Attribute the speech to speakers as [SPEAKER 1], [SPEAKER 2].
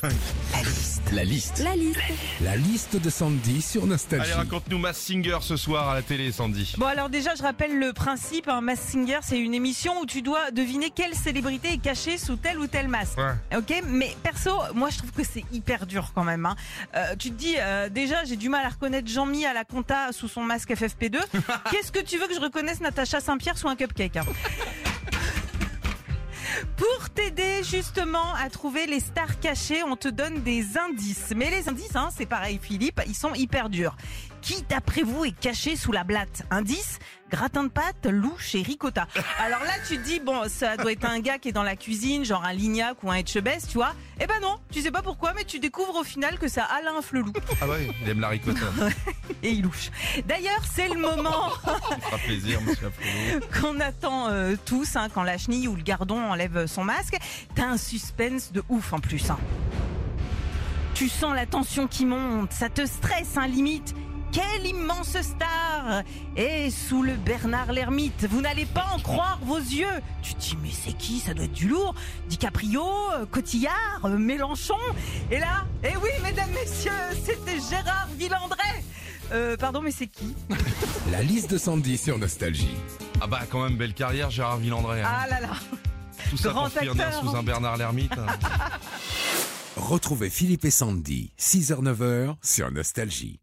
[SPEAKER 1] 5.
[SPEAKER 2] La liste.
[SPEAKER 3] La liste.
[SPEAKER 2] La liste.
[SPEAKER 3] La liste de Sandy sur Nostalgie.
[SPEAKER 1] Allez, raconte-nous Mass Singer ce soir à la télé, Sandy.
[SPEAKER 4] Bon alors déjà je rappelle le principe, un Mass Singer c'est une émission où tu dois deviner quelle célébrité est cachée sous tel ou tel masque.
[SPEAKER 1] Ouais.
[SPEAKER 4] Ok, mais perso, moi je trouve que c'est hyper dur quand même. hein. Euh, tu te dis euh, déjà j'ai du mal à reconnaître Jean-Mi à la compta sous son masque FFP2. Qu'est-ce que tu veux que je reconnaisse Natacha Saint-Pierre sous un cupcake hein Pour t'aider justement à trouver les stars cachées, on te donne des indices. Mais les indices, hein, c'est pareil Philippe, ils sont hyper durs. Qui d'après vous est caché sous la blatte Indice gratin de pâte, louche et ricotta. Alors là, tu te dis, bon, ça doit être un gars qui est dans la cuisine, genre un Lignac ou un Etchebest, tu vois. Eh ben non, tu sais pas pourquoi, mais tu découvres au final que ça Alain Flelou
[SPEAKER 1] Ah ouais, il aime la ricotta.
[SPEAKER 4] et il louche. D'ailleurs, c'est le moment
[SPEAKER 1] Ça fera plaisir, monsieur Apollo.
[SPEAKER 4] qu'on attend euh, tous hein, quand la chenille ou le gardon enlève son masque. T'as un suspense de ouf en plus. hein. Tu sens la tension qui monte, ça te stresse hein, limite. Quelle immense star Et sous le Bernard l'ermite, vous n'allez pas en croire vos yeux. Tu te dis mais c'est qui Ça doit être du lourd. DiCaprio, euh, Cotillard, euh, Mélenchon. Et là, eh oui mesdames messieurs, c'était Gérard Villandret. Euh, pardon mais c'est qui
[SPEAKER 3] La liste de Sandy sur Nostalgie.
[SPEAKER 1] Ah bah, quand même, belle carrière, Gérard Villandré. hein.
[SPEAKER 4] Ah là là.
[SPEAKER 1] Tout ça
[SPEAKER 4] grand
[SPEAKER 1] pour finir
[SPEAKER 4] acteur.
[SPEAKER 1] sous un Bernard l'ermite. hein.
[SPEAKER 3] Retrouvez Philippe et Sandy, 6h-9h sur Nostalgie.